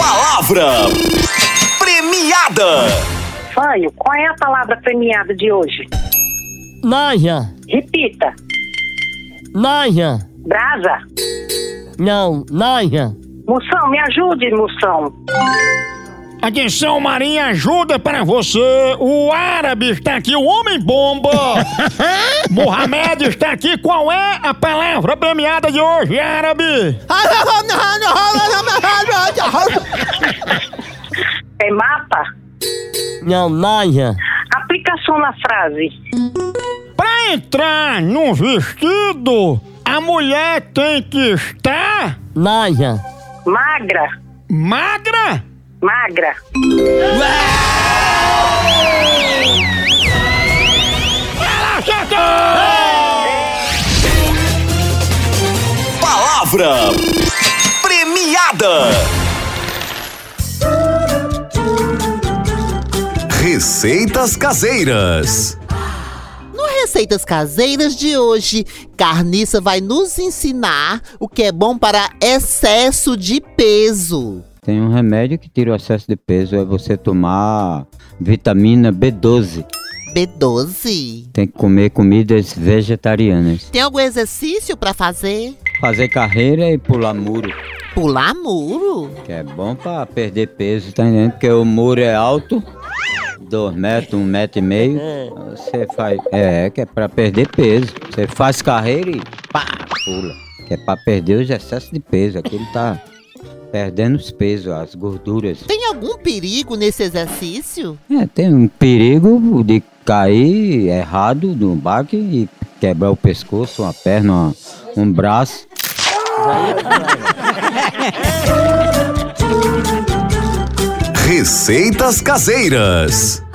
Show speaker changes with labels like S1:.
S1: Palavra premiada.
S2: Fanho, qual é a palavra premiada de hoje?
S3: Naja,
S2: Repita.
S3: naja,
S2: Brasa.
S3: não, naja.
S2: Moção, me ajude, moção.
S4: Atenção, Marinha, ajuda para você. O árabe está aqui, o homem bomba. Mohamed está aqui. Qual é a palavra premiada de hoje, árabe?
S2: É mapa?
S3: Não, naja.
S2: Aplicação na frase.
S4: Para entrar num vestido, a mulher tem que estar
S3: Naja.
S2: Magra.
S4: magra.
S2: Magra.
S4: Ela acertou!
S1: Palavra premiada. Receitas caseiras.
S5: No Receitas Caseiras de hoje, Carniça vai nos ensinar o que é bom para excesso de peso.
S6: Tem um remédio que tira o excesso de peso, é você tomar vitamina B12.
S5: B12.
S6: Tem que comer comidas vegetarianas.
S5: Tem algum exercício pra fazer?
S6: Fazer carreira e pular muro,
S5: Pular muro?
S6: que é bom pra perder peso, tá entendendo? Porque o muro é alto, dois metros, um metro e meio. Você faz. É, que é pra perder peso. Você faz carreira e pá, pula. Que é pra perder os excessos de peso. Aquilo tá perdendo os pesos, as gorduras.
S5: Tem algum perigo nesse exercício?
S6: É, tem um perigo de cair errado no baque e quebrar o pescoço, uma perna, uma- um braço.
S1: Receitas caseiras.